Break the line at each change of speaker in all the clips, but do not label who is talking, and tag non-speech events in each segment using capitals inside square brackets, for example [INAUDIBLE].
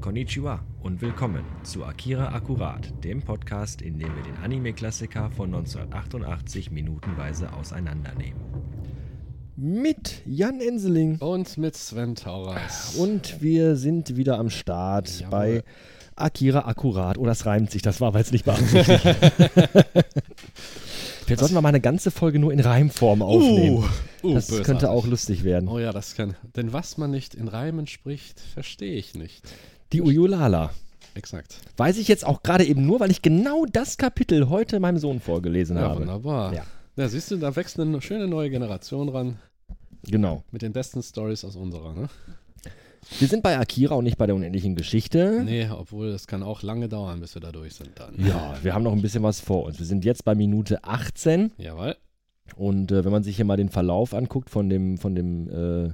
Konnichiwa und willkommen zu Akira Akkurat, dem Podcast, in dem wir den Anime-Klassiker von 1988 minutenweise auseinandernehmen.
Mit Jan Enseling
Und mit Sven Tauras.
Ah, und wir sind wieder am Start
Jawohl.
bei Akira Akkurat. Oh, das reimt sich, das war aber jetzt
[LAUGHS]
nicht beabsichtigt. Vielleicht sollten wir mal eine ganze Folge nur in Reimform aufnehmen.
uh,
das
bösartig.
könnte auch lustig werden.
Oh ja, das kann. Denn was man nicht in Reimen spricht, verstehe ich nicht.
Die Uyulala.
Exakt.
Weiß ich jetzt auch gerade eben nur, weil ich genau das Kapitel heute meinem Sohn vorgelesen
Ja,
habe.
wunderbar.
Ja.
Ja. siehst du, da wächst eine schöne neue Generation ran
Genau.
mit den besten Stories aus unserer, ne?
Wir sind bei Akira und nicht bei der unendlichen Geschichte.
Nee, obwohl das kann auch lange dauern, bis wir da durch sind dann.
Ja, wir haben noch ein bisschen was vor uns. Wir sind jetzt bei Minute 18.
Jawohl.
Und äh, wenn man sich hier mal den Verlauf anguckt von dem, von dem, äh,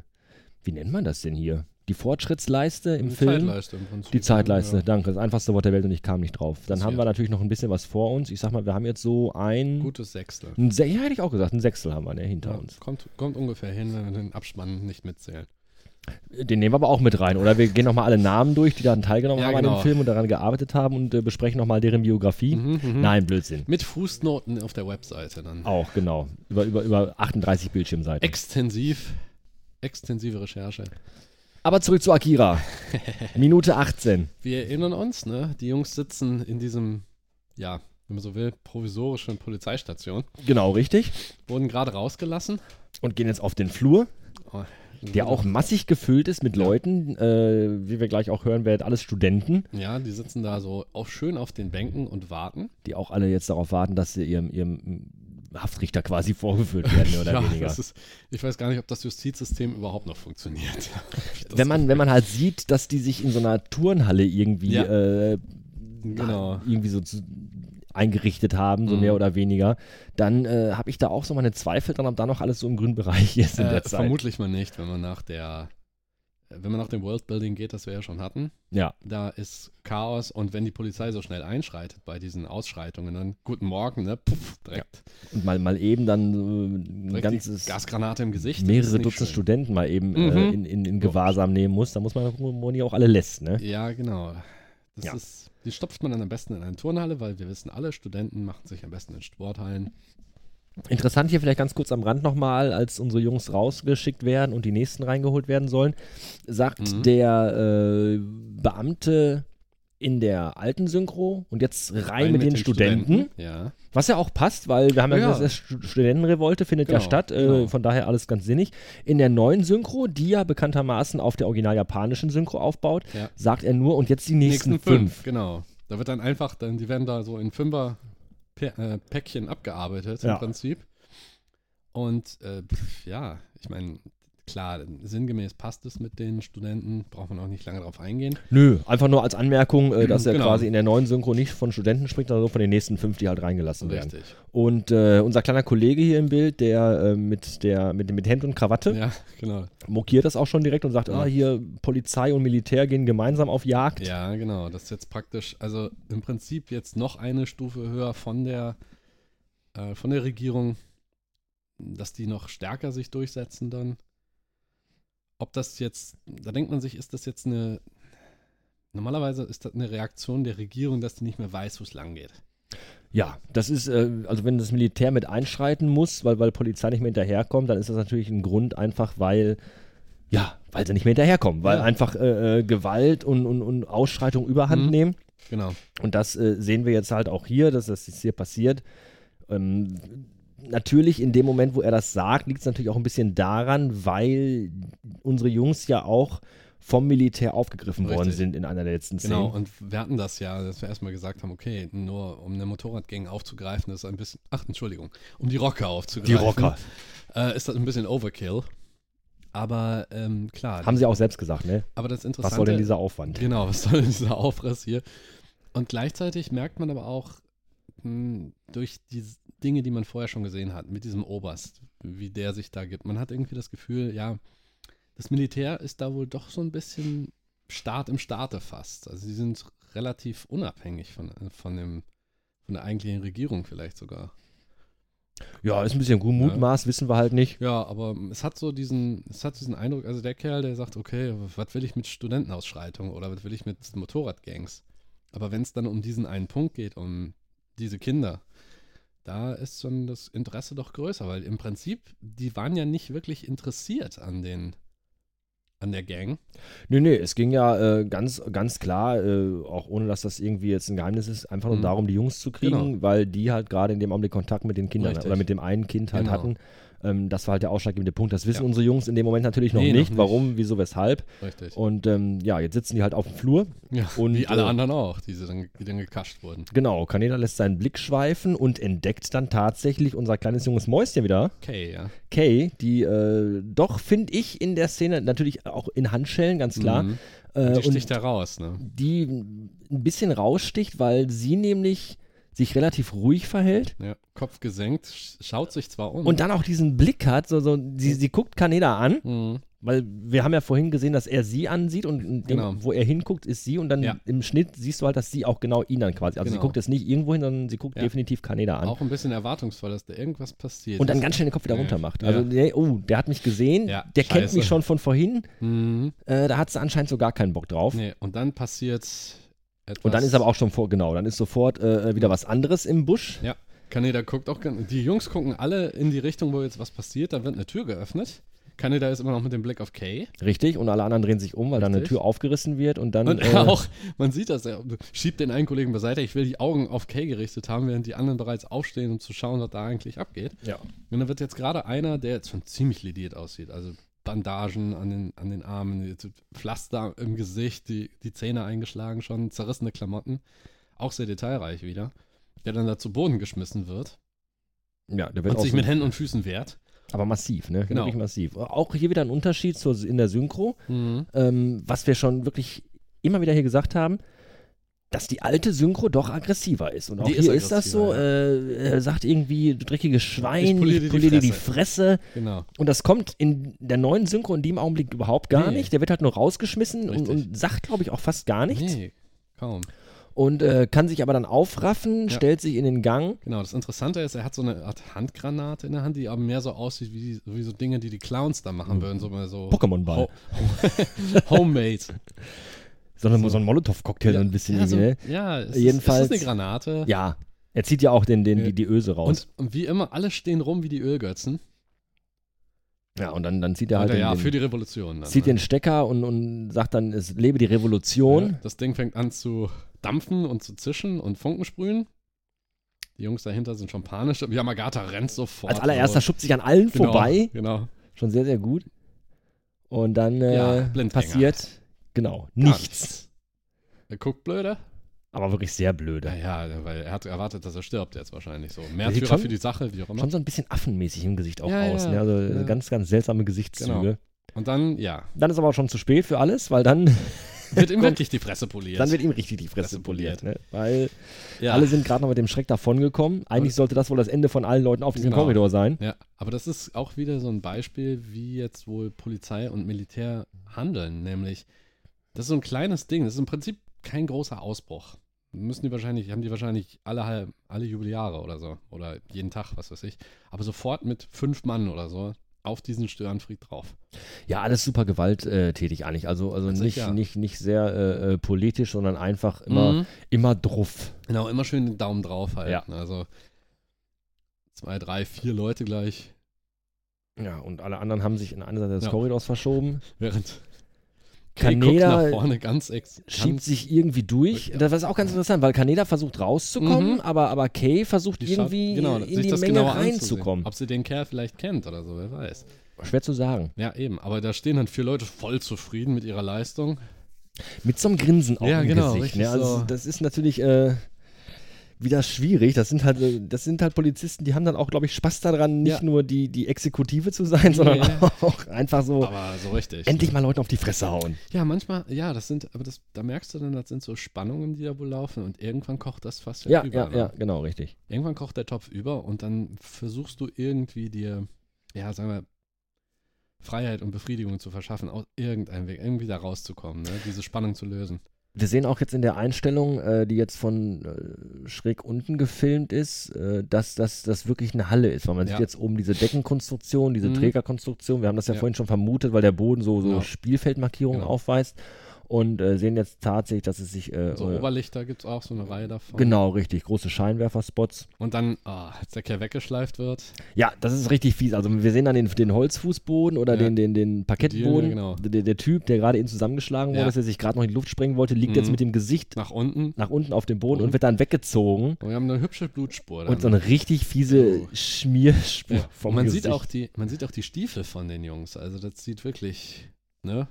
wie nennt man das denn hier? Die Fortschrittsleiste im
Die
Film.
Zeitleiste im Prinzip.
Die Zeitleiste,
Ja.
danke. Das einfachste Wort der Welt und ich kam nicht drauf. Dann
Das
haben wir
wird-
natürlich noch ein bisschen was vor uns. Ich sag mal, wir haben jetzt so ein.
Gutes Sechstel.
ein Se- ja, hätte ich auch gesagt, ein Sechstel haben wir ne, hinter
Ja,
uns.
kommt, kommt ungefähr hin, wenn wir den Abspann nicht mitzählen.
Den nehmen wir aber auch mit rein, oder? Wir gehen nochmal alle Namen durch, die daran teilgenommen
Ja,
haben an
genau. Mhm.
dem Film und daran gearbeitet haben und äh, besprechen nochmal deren Biografie. Nein, Blödsinn.
Mit Fußnoten auf der Webseite dann.
Auch, genau. Über, über, über 38 Bildschirmseiten.
Extensiv. Extensive Recherche.
aber zurück zu
[LAUGHS]
Akira. Minute 18.
Wir erinnern uns, ne? Die Jungs sitzen in diesem, ja, wenn man so will, provisorischen Polizeistation.
Genau, richtig.
Wurden gerade rausgelassen.
und gehen jetzt auf den Flur,
Oh,
der auch massig gefüllt ist mit Leuten, äh, wie wir gleich auch hören werden, alles Studenten,
Ja, die sitzen da so auch schön auf den Bänken und warten.
die auch alle jetzt darauf warten, dass sie ihrem, ihrem Haftrichter quasi vorgeführt werden, mehr oder
[LAUGHS] ja,
weniger.
das ist, ich weiß gar nicht, ob das Justizsystem überhaupt noch funktioniert. Das-
Wenn man, wenn man halt sieht, dass die sich in so einer Turnhalle irgendwie,
Ja.
äh,
genau.
irgendwie so zu, eingerichtet haben, so
Mhm.
mehr oder weniger, dann äh, habe ich da auch so meine Zweifel dran, ob da noch alles so im grünen Bereich ist in
Äh,
der Zeit.
Vermutlich mal nicht, wenn man nach der, äh, wenn man nach dem Worldbuilding geht, das wir ja schon hatten.
Ja,
Da ist Chaos und wenn die Polizei so schnell einschreitet bei diesen Ausschreitungen, dann guten Morgen, ne? Puff, direkt,
und mal, mal eben dann äh, ein
direkt
ganzes
die Gasgranate im Gesicht. das ist
mehrere
nicht
Dutzend
schön.
Studenten mal eben äh,
Mhm.
in, in, in Gewahrsam nehmen muss, da muss man gucken, wo man die auch alle lässt, ne?
Ja, genau. Das
Ja.
ist, die stopft man dann am besten in eine Turnhalle, weil wir wissen, alle Studenten machen sich am besten in Sporthallen.
Interessant hier vielleicht ganz kurz am Rand nochmal, als unsere Jungs rausgeschickt werden und die nächsten reingeholt werden sollen, sagt
Mhm.
der äh, Beamte in der alten Synchro und jetzt rein,
Rein
mit, den, Studenten,
Ja.
was ja auch passt, weil wir haben ja,
Ja.
gesagt, das Stu- Studentenrevolte findet ja
Genau,
statt, äh,
genau.
von daher alles ganz sinnig. In der neuen Synchro, die ja bekanntermaßen auf der original japanischen Synchro aufbaut,
Ja.
sagt er nur und jetzt die nächsten, fünf.
Genau. Da wird dann einfach, dann, die werden da so in Fünfer Pä- äh, Päckchen abgearbeitet
Ja.
im Prinzip. Und äh, pf, ja, ich meine, klar, sinngemäß passt es mit den Studenten, braucht man auch nicht lange drauf eingehen.
Nö, einfach nur als Anmerkung, äh, dass er
Genau.
quasi in der neuen Synchro nicht von Studenten spricht, sondern von den nächsten fünf, die halt reingelassen werden.
Richtig.
Und äh, unser kleiner Kollege hier im Bild, der, äh, mit, der mit, mit Hemd und Krawatte
Ja, genau.
mokiert das auch schon direkt und sagt,
Ja.
ah, hier Polizei und Militär gehen gemeinsam auf Jagd.
Ja, genau. Das ist jetzt praktisch, also im Prinzip jetzt noch eine Stufe höher von der, äh, von der Regierung, dass die noch stärker sich durchsetzen dann. Ob das jetzt, da denkt man sich, ist das jetzt eine, normalerweise ist das eine Reaktion der Regierung, dass die nicht mehr weiß, wo es lang geht.
Ja, das ist, äh, also wenn das Militär mit einschreiten muss, weil, weil Polizei nicht mehr hinterherkommt, dann ist das natürlich ein Grund einfach, weil, ja, weil sie nicht mehr hinterherkommen, weil
Ja.
einfach äh, äh, Gewalt und, und, und Ausschreitung überhand
Mhm.
nehmen.
Genau.
Und das äh, sehen wir jetzt halt auch hier, dass das jetzt hier passiert. Ähm, natürlich, in dem Moment, wo er das sagt, liegt es natürlich auch ein bisschen daran, weil unsere Jungs ja auch vom Militär aufgegriffen worden
Richtig.
sind in einer der letzten Szenen.
Genau. Und wir hatten das ja, dass wir erstmal gesagt haben, okay, nur um eine Motorradgang aufzugreifen, ist ein bisschen, ach, Entschuldigung, um die Rocker
Die
aufzugreifen.
Rocker.
äh, ist das ein bisschen Overkill. Aber ähm, klar,
Haben sie auch selbst gesagt, ne?
aber das Interessante.
Was soll denn dieser Aufwand?
Genau, was soll denn dieser Aufriss hier? Und gleichzeitig merkt man aber auch mh, durch die Dinge, die man vorher schon gesehen hat, mit diesem Oberst, wie der sich da gibt. Man hat irgendwie das Gefühl, ja, das Militär ist da wohl doch so ein bisschen Staat im Staate fast. Also sie sind relativ äh, unabhängig von, von, dem, von der eigentlichen Regierung vielleicht sogar.
ja, ist ein bisschen gut, Mutmaß, wissen wir halt nicht.
Ja, aber es hat so diesen, es hat diesen Eindruck, also der Kerl, der sagt, okay, was will ich mit Studentenausschreitungen oder was will ich mit Motorradgangs? Aber wenn es dann um diesen einen Punkt geht, um diese Kinder, da ist schon das Interesse doch größer, weil im Prinzip, die waren ja nicht wirklich interessiert an den, an der Gang.
Nee, nee, es ging ja äh, ganz, ganz klar, äh, auch ohne dass das irgendwie jetzt ein Geheimnis ist, einfach nur
Mhm.
darum, die Jungs zu kriegen,
Genau.
weil die halt gerade in dem Augenblick Kontakt mit den Kindern
Richtig.
oder mit dem einen Kind halt
Genau.
hatten. Ähm, das war halt der ausschlaggebende Punkt. Das wissen
Ja.
unsere Jungs in dem Moment natürlich noch,
Nee, noch
nicht.
nicht.
Warum, wieso, weshalb.
Richtig.
Und ähm, ja, jetzt sitzen die halt auf dem Flur.
ja,
und,
wie alle
äh,
anderen auch, die, sie dann, die dann gekascht wurden.
Genau, Kaneda lässt seinen Blick schweifen und entdeckt dann tatsächlich unser kleines junges Mäuschen wieder.
Okay, ja.
Kay, die äh, doch, finde ich, in der Szene natürlich auch in Handschellen, ganz klar.
Mhm.
Äh,
Die
und
sticht da raus, ne?
die ein bisschen raussticht, weil sie nämlich sich relativ ruhig verhält
Ja, Kopf gesenkt, sch- schaut sich zwar um.
und dann auch diesen Blick hat, so, so
Hm.
sie, sie guckt Kaneda an,
Mhm.
weil wir haben ja vorhin gesehen, dass er sie ansieht und in dem,
Genau.
wo er hinguckt, ist sie und dann
Ja.
im Schnitt siehst du halt, dass sie auch genau ihn dann quasi, also sie
Genau.
guckt jetzt nicht irgendwo hin, sondern sie guckt
Ja.
definitiv Kaneda an.
Auch ein bisschen erwartungsvoll, dass da irgendwas passiert.
Und dann
ist.
ganz schnell den Kopf wieder
Ja.
runter macht. Also,
Ja.
der, oh, der hat mich gesehen,
Ja,
der kennt
scheiße.
mich schon von vorhin,
Mhm.
äh, da hat sie anscheinend so gar keinen Bock drauf.
Nee, und dann passiert etwas.
Und dann ist aber auch schon vor, genau, dann ist sofort äh, wieder was anderes im Busch.
Ja, Kaneda guckt auch. gan- Die Jungs gucken alle in die Richtung, wo jetzt was passiert. Dann wird eine Tür geöffnet. Kaneda ist immer noch mit dem Blick auf Kay.
Richtig, und alle anderen drehen sich um, weil dann eine
Richtig.
Tür aufgerissen wird und dann.
Und
äh,
er [LAUGHS] auch, man sieht das, er schiebt den einen Kollegen beiseite. Ich will die Augen auf Kay gerichtet haben, während die anderen bereits aufstehen, um zu schauen, was da eigentlich abgeht.
Ja.
Und dann wird jetzt gerade einer, der jetzt schon ziemlich lediert aussieht, also Bandagen an den, an den Armen, jetzt Pflaster im Gesicht, die, die Zähne eingeschlagen schon, zerrissene Klamotten, auch sehr detailreich wieder, der dann da zu Boden geschmissen wird
Ja, der wird
und
auch
sich
so,
mit Händen und Füßen wehrt.
aber massiv, ne?
Genau.
Wirklich massiv. Auch hier wieder ein Unterschied zur, in der Synchro, ähm, was wir schon wirklich immer wieder hier gesagt haben, dass die alte Synchro doch aggressiver ist. Und auch
Die ist
hier ist, das so,
aggressiver,
äh, er sagt irgendwie, du dreckiges Schwein,
Ich poliere dir die
poliere dir die Fresse.
Genau.
Und das kommt in der neuen Synchro in dem Augenblick überhaupt gar
Nee.
nicht. Der wird halt nur rausgeschmissen und,
Richtig.
und sagt, glaube ich, auch fast gar nichts.
Nee, kaum.
Und äh, kann sich aber dann aufraffen,
Ja.
stellt sich in den Gang.
Genau, das Interessante ist, er hat so eine Art Handgranate in der Hand, die aber mehr so aussieht wie, wie so Dinge, die die Clowns da machen
Mhm.
würden, so mal so
Pokémon-Ball.
Ho homemade.
[LAUGHS] Sondern so, so ein Molotow-Cocktail so ein bisschen
ja, so,
irgendwie, ne?
ja es
Jedenfalls-
ist, es ist eine Granate.
Ja. Er zieht ja auch den, den,
Ja.
die, die Öse raus.
Und, und wie immer, alle stehen rum wie die Ölgötzen.
ja, und dann, dann zieht er
Und
halt
ja,
den,
für
den,
die Revolution. Dann,
zieht
ne?
den Stecker und, und sagt dann, es lebe die Revolution.
Ja, Das Ding fängt an zu dampfen und zu zischen und Funken sprühen. Die Jungs dahinter sind schon panisch. Yamagata rennt sofort.
Als allererster
los.
schubst sich an allen
genau,
vorbei.
Genau.
Schon sehr, sehr gut. Und dann äh,
Ja, Blindgänger.
passiert, genau,
Gar
nichts.
Er guckt blöde.
Aber wirklich sehr blöde.
Naja, weil er hat erwartet, dass er stirbt jetzt wahrscheinlich so.
sieht
Märtyrer
schon-
für die Sache, wie auch immer.
Schon so ein bisschen affenmäßig im Gesicht auch
Ja,
aus.
ja,
ne? Also
ja.
ganz, ganz seltsame Gesichtszüge.
Genau. Und
[LAUGHS]
dann, ja,
Dann ist aber auch schon zu spät für alles, weil dann,
wird ihm wirklich die Fresse poliert.
dann wird ihm richtig die Fresse
Fresse
poliert.
poliert.
Ne? Weil
ja.
alle sind gerade noch mit dem Schreck davongekommen. Eigentlich
Und-
sollte das wohl das Ende von allen Leuten auf diesem
Genau.
Korridor sein.
Ja, aber das ist auch wieder so ein Beispiel, wie jetzt wohl Polizei und Militär handeln. Nämlich, das ist so ein kleines Ding. Das ist im Prinzip kein großer Ausbruch. Müssen die wahrscheinlich, haben die wahrscheinlich alle, halb- alle Jubeljahre oder so. Oder jeden Tag, was weiß ich. Aber sofort mit fünf Mann oder so auf diesen Störenfried drauf.
Ja, alles super gewalttätig eigentlich. Also, also
An
nicht,
sich ja.
nicht, nicht sehr äh, äh, politisch, sondern einfach immer,
Mhm.
immer druff.
Genau, immer schön den Daumen drauf halten.
Ja.
Also zwei, drei, vier Leute gleich.
Ja, und alle anderen haben sich in eine Seite des
Ja.
Korridors verschoben.
Während Kay guckt nach
Kaneda
vorne ganz ex.
schiebt
ganz,
sich irgendwie durch.
Ja.
Das ist auch ganz interessant, weil Kaneda versucht rauszukommen,
Mhm.
aber, aber Kay versucht
Die schaut-
irgendwie
genau,
in
sich
die
das
Menge
genauer anzusehen.
reinzukommen.
Ob sie den Kerl vielleicht kennt oder so, wer weiß.
Schwer zu sagen.
Ja, eben. Aber da stehen dann vier Leute voll zufrieden mit ihrer Leistung.
Mit so einem Grinsen auch
Ja,
im
genau,
Gesicht.
richtig
Ne? Also
so.
das ist natürlich äh, wieder schwierig. Das sind halt, äh, das sind halt Polizisten, die haben dann auch, glaube ich, Spaß daran, nicht
Ja.
nur die, die Exekutive zu sein, sondern
Ja.
[LAUGHS] auch einfach so
Aber so richtig.
endlich mal Leuten auf die Fresse hauen.
Ja, manchmal, ja, das sind, aber das, da merkst du dann, das sind so Spannungen, die da wohl laufen und irgendwann kocht das fast
Ja,
über.
ja,
ne?
ja, genau, richtig.
Irgendwann kocht der Topf über und dann versuchst du irgendwie dir, ja, sagen wir, Freiheit und Befriedigung zu verschaffen, aus irgendeinem Weg, irgendwie da rauszukommen, ne? diese Spannung zu lösen.
Wir sehen auch jetzt in der Einstellung, äh, die jetzt von äh, schräg unten gefilmt ist, äh, dass das dass wirklich eine Halle ist. Weil man
Ja.
sieht jetzt oben diese Deckenkonstruktion, diese
Mhm.
Trägerkonstruktion. Wir haben das ja,
Ja.
vorhin schon vermutet, weil der Boden so, so
Ja.
Spielfeldmarkierungen
Genau.
aufweist. Und äh, sehen jetzt tatsächlich, dass es sich. Äh,
So
äh,
Oberlichter gibt es auch, so eine Reihe davon.
genau, richtig. Große Scheinwerferspots.
Und dann, ah, als der Kerl weggeschleift wird,
Ja, das ist richtig fies. Also wir sehen dann den, den Holzfußboden oder
Ja.
den, den, den Parkettboden.
Dielen, genau.
der, der Typ, der gerade eben zusammengeschlagen wurde,
Ja.
dass er sich gerade noch in die Luft sprengen wollte, liegt jetzt
Mhm.
mit dem Gesicht
nach unten.
nach unten auf dem Boden und
Mhm.
wird dann weggezogen.
Und wir haben eine hübsche Blutspur. Dann.
Und so eine richtig fiese
Oh.
Schmierspur
ja.
vom
Und man
Gesicht.
sieht, auch die, man sieht auch die Stiefel von den Jungs. Also das sieht wirklich, ne?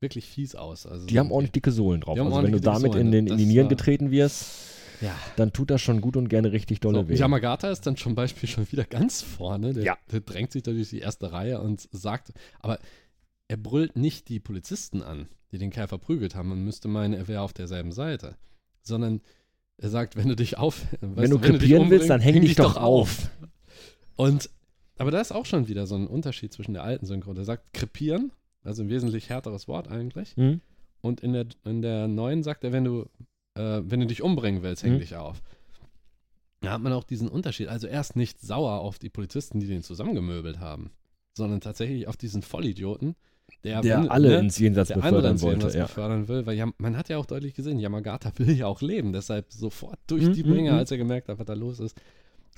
Wirklich fies aus. Also
Die haben ordentlich dicke Sohlen drauf.
Die haben
Also wenn du
ordentlich
damit
dicke
in,
Sohlen.
den, in die
Das
Nieren
war-
getreten wirst,
Ja.
dann tut das schon gut und gerne richtig dolle
So,
weh.
Yamagata ist dann zum Beispiel [LAUGHS] schon wieder ganz vorne. Der,
Ja.
der drängt sich da durch die erste Reihe und sagt, aber er brüllt nicht die Polizisten an, die den Kerl verprügelt haben. Man müsste meinen, er wäre auf derselben Seite. Sondern er sagt, wenn du dich auf. [LAUGHS]
wenn du krepieren willst, dann häng, dich doch auf.
Und, aber da ist auch schon wieder so ein Unterschied zwischen der alten Synchro. Der sagt krepieren, also ein wesentlich härteres Wort eigentlich.
Hm?
Und in der, in der neuen sagt er, wenn du, äh, wenn du dich umbringen willst, häng
Mhm.
dich auf. Da hat man auch diesen Unterschied. Also er ist nicht sauer auf die Polizisten, die den zusammengemöbelt haben, sondern tatsächlich auf diesen Vollidioten, der,
Der
wenn-
alle
ne,
ins Jenseits
der andere
befördern
ins Jenseits
wollte. Ja.
befördern will. Weil Yam- man hat ja auch deutlich gesehen, Yamagata will ja auch leben. Deshalb sofort durch
Mhm,
die Bringer,
mhm.
als er gemerkt hat, was da los ist.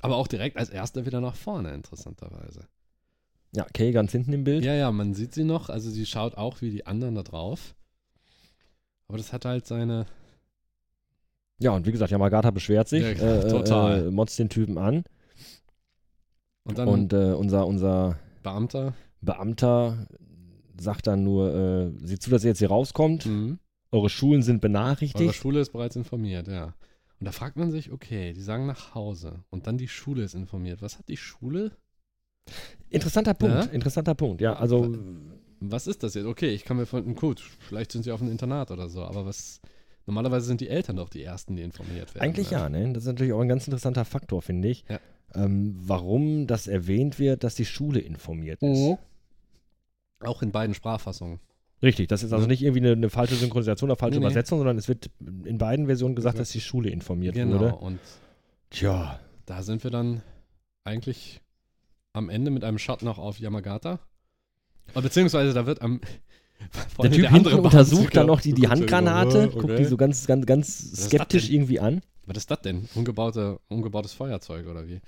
Aber auch direkt als erster wieder nach vorne, interessanterweise.
ja, Kay ganz hinten im Bild.
Ja, ja, man sieht sie noch. Also sie schaut auch wie die anderen da drauf. Aber das hat halt seine.
Ja, und wie gesagt, Yamagata beschwert sich,
Ja,
äh,
[LAUGHS] total.
Äh, motzt den Typen an.
Und dann
und äh, unser, unser
Beamter.
Beamter sagt dann nur, äh, seht zu, dass ihr jetzt hier rauskommt.
Mhm.
Eure Schulen sind
Eure
benachrichtigt.
Schule ist bereits informiert, ja. Und da fragt man sich, okay, die sagen nach Hause und dann die Schule ist informiert. Was hat die Schule?
Interessanter Punkt,
Ja?
interessanter Punkt. Ja, also
Was ist das jetzt? Okay, ich kann mir von, gut, vielleicht sind sie auf einem Internat oder so, aber was, normalerweise sind die Eltern doch die Ersten, die informiert werden.
eigentlich
ne?
ja, ne? Das ist natürlich auch ein ganz interessanter Faktor, finde ich.
Ja.
Ähm, warum das erwähnt wird, dass die Schule informiert ist.
Mhm. Auch in beiden Sprachfassungen.
Richtig, das ist also
Ja.
nicht irgendwie eine, eine falsche Synchronisation oder falsche
Mhm. Nee, nee.
Übersetzung, sondern es wird in beiden Versionen gesagt,
Ja.
dass die Schule informiert
genau,
wurde.
und
Tja,
da sind wir dann eigentlich am Ende mit einem Shot noch auf Yamagata. Aber Beziehungsweise da wird am. [LAUGHS]
der Typ hinten untersucht
genau.
dann noch die, die
um,
Handgranate, guckt die so ganz, ganz,
ne? ist
ganz
das
skeptisch
denn?
irgendwie an.
Was ist das denn? Umgebaute, umgebautes Feuerzeug oder wie?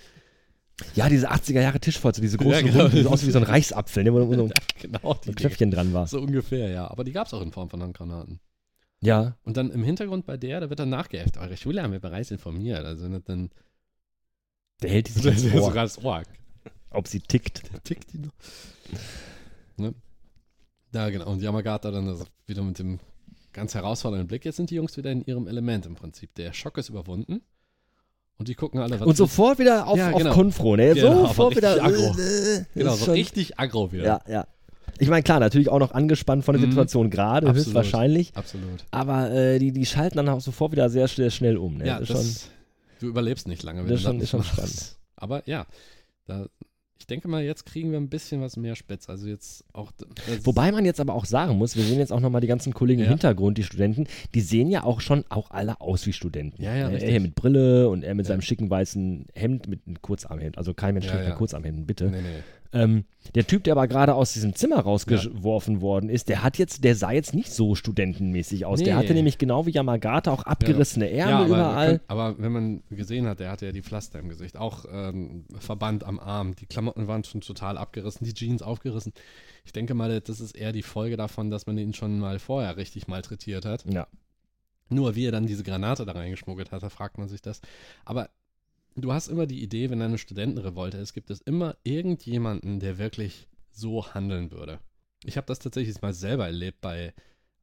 Ja, diese 80er Jahre Tischfeuze, diese großen
Ja, genau.
Runden, die so aussehen wie so ein Reichsapfel, ne,
[LAUGHS]
wo so ein
Genau, die Dinge.
Knöpfchen dran war.
So ungefähr, ja. Aber die gab es auch in Form von Handgranaten.
Ja,
Und dann im Hintergrund bei der, da wird dann nachgeäfft. Eure Schule haben wir bereits informiert. Also
[LAUGHS]
nicht dann
der hält die sich
das
ins
ist
Ohr,
sogar das Ohr.
ob sie tickt.
Da tickt die noch. Ne? Da genau. Und Yamagata dann das wieder mit dem ganz herausfordernden Blick. Jetzt sind die Jungs wieder in ihrem Element im Prinzip. Der Schock ist überwunden. Und die gucken alle, was
Und sofort wieder auf,
Ja, genau.
auf Konfro, ne?
Genau, aber
sofort wieder.
richtig aggro.
Äh, äh,
Genau,
ist
so
schon-
richtig aggro wieder.
Ja, ja. Ich meine, klar, natürlich auch noch angespannt von der
Mhm.
Situation gerade,
Absolut.
höchstwahrscheinlich.
Absolut.
Aber äh, die, die schalten dann auch sofort wieder sehr, sehr schnell um. Ne?
Ja,
Das
das
ist schon,
du überlebst nicht lange, wenn
das
du
schon-
nicht
ist schon
machst.
spannend.
Aber ja, da, ich denke mal, jetzt kriegen wir ein bisschen was mehr Spitz. Also jetzt auch. das-
Wobei man jetzt aber auch sagen muss, wir sehen jetzt auch nochmal die ganzen Kollegen im
Ja.
Hintergrund, die Studenten, die sehen ja auch schon auch alle aus wie Studenten.
Ja, ja,
er
richtig.
hier mit Brille und er mit
Ja.
seinem schicken weißen Hemd, mit einem Kurzarmhemd. Also kein Mensch
Ja,
trägt mehr
ja.
Kurzarmhemden, bitte.
Nee, nee.
Ähm, der Typ, der aber gerade aus diesem Zimmer rausgeworfen worden ist, der hat jetzt, der sah jetzt nicht so studentenmäßig aus. Der
Nee.
hatte nämlich genau wie Yamagata auch abgerissene
ja,
Ärmel
aber,
überall.
aber wenn man gesehen hat, der hatte ja die Pflaster im Gesicht, auch ähm, Verband am Arm. Die Klamotten waren schon total abgerissen, die Jeans aufgerissen. Ich denke mal, das ist eher die Folge davon, dass man ihn schon mal vorher richtig malträtiert hat.
Ja.
Nur wie er dann diese Granate da reingeschmuggelt hat, da fragt man sich das. Aber du hast immer die Idee, wenn eine Studentenrevolte ist, gibt es immer irgendjemanden, der wirklich so handeln würde. Ich habe das tatsächlich mal selber erlebt bei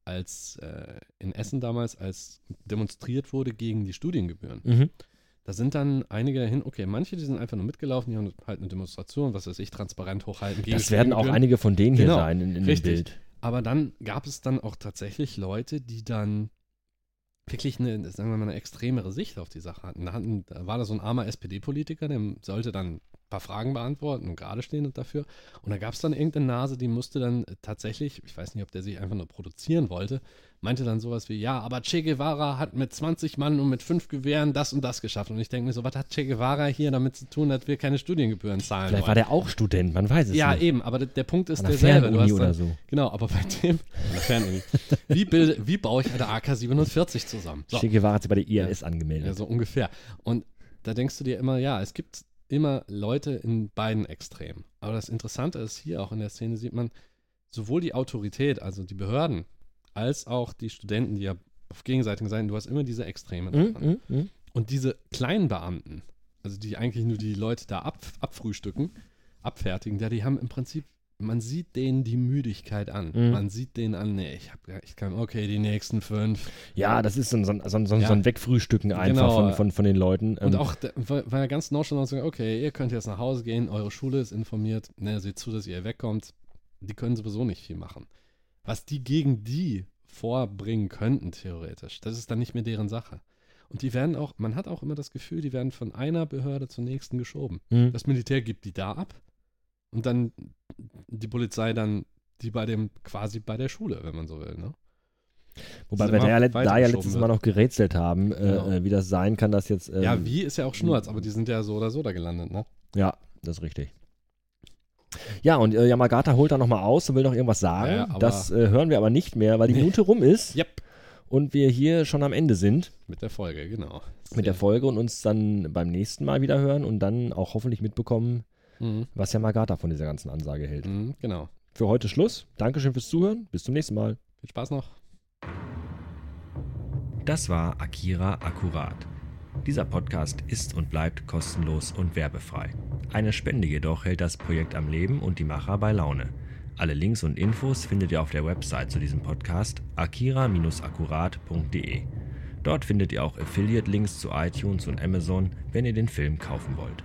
als äh, in Essen damals, als demonstriert wurde gegen die Studiengebühren.
Mhm.
Da sind dann einige hin, okay, manche, die sind einfach nur mitgelaufen, die haben halt eine Demonstration, was weiß ich, transparent hochhalten gegen
Das werden auch
Studiengebühren.
einige von denen hier
Genau,
sein in, in dem
richtig.
Bild.
Aber dann gab es dann auch tatsächlich Leute, die dann wirklich eine, sagen wir mal, eine extremere Sicht auf die Sache hatten. Da, hatten, da war da so ein armer SPD-Politiker, der sollte dann paar Fragen beantworten und gerade stehen und dafür. Und da gab es dann irgendeine Nase, die musste dann tatsächlich, ich weiß nicht, ob der sich einfach nur produzieren wollte, meinte dann sowas wie, ja, aber Che Guevara hat mit 20 Mann und mit fünf Gewehren das und das geschafft. Und ich denke mir so, was hat Che Guevara hier damit zu tun, dass wir keine Studiengebühren zahlen
Vielleicht war
wollen?
der auch Student, man weiß es
ja,
nicht.
eben, aber der, der Punkt ist
An der
derselbe. Du
Fernuni
hast
oder
dann,
so.
Genau, aber bei dem, an
[LAUGHS]
der Fernuni, wie, bilde, wie baue ich eine AK-47 zusammen? So.
Che Guevara hat sich bei der IRS angemeldet.
Ja, so ungefähr. Und da denkst du dir immer, ja, es gibt immer Leute in beiden Extremen. Aber das Interessante ist, hier auch in der Szene sieht man sowohl die Autorität, also die Behörden, als auch die Studenten, die ja auf gegenseitigem sein, du hast immer diese Extreme.
Mhm,
davon.
mhm, mhm.
Und diese kleinen Beamten, also die eigentlich nur die Leute da ab, abfrühstücken, abfertigen, ja, die haben im Prinzip, man sieht denen die Müdigkeit an.
Mhm.
Man sieht denen an, nee, ich habe ich kann, okay, die nächsten fünf,
Ja, das ist so ein, so ein, so ein, so ein
Ja.
Wegfrühstücken einfach
Genau.
von, von, von den Leuten.
Und
Ähm,
auch, da- weil weil er ganz nonchalant sagt, okay, ihr könnt jetzt nach Hause gehen, eure Schule ist informiert, ne, seht zu, dass ihr wegkommt. Die können sowieso nicht viel machen. Was die gegen die vorbringen könnten, theoretisch, das ist dann nicht mehr deren Sache. Und die werden auch, man hat auch immer das Gefühl, die werden von einer Behörde zur nächsten geschoben.
mhm.
Das Militär gibt die da ab und dann die Polizei dann die bei dem, quasi bei der Schule, wenn man so will, ne?
Wobei
ist
wir
immer
da, ja-
weiter
da ja
geschoben
letztes
wird.
Mal noch gerätselt haben,
Genau.
äh, äh, wie das sein kann, dass jetzt. ähm,
ja, wie ist ja auch Schnurz, aber die sind ja so oder so da gelandet, ne?
Ja, das ist richtig. Ja, und äh, Yamagata holt da nochmal aus und will noch irgendwas sagen.
Ja, ja, aber-
das äh, hören wir aber nicht mehr, weil die Minute rum ist
Yep,
und wir hier schon am Ende sind
mit der Folge, genau.
mit der Folge und uns dann beim nächsten Mal wieder hören und dann auch hoffentlich mitbekommen,
Mhm.
was Yamagata von dieser ganzen Ansage hält.
Mhm, genau.
Für heute Schluss. Dankeschön fürs Zuhören. Bis zum nächsten Mal.
Viel Spaß noch.
Das war Akira Akkurat. Dieser Podcast ist und bleibt kostenlos und werbefrei. Eine Spende jedoch hält das Projekt am Leben und die Macher bei Laune. Alle Links und Infos findet ihr auf der Website zu diesem Podcast akira-akkurat.de. Dort findet ihr auch Affiliate-Links zu iTunes und Amazon, wenn ihr den Film kaufen wollt.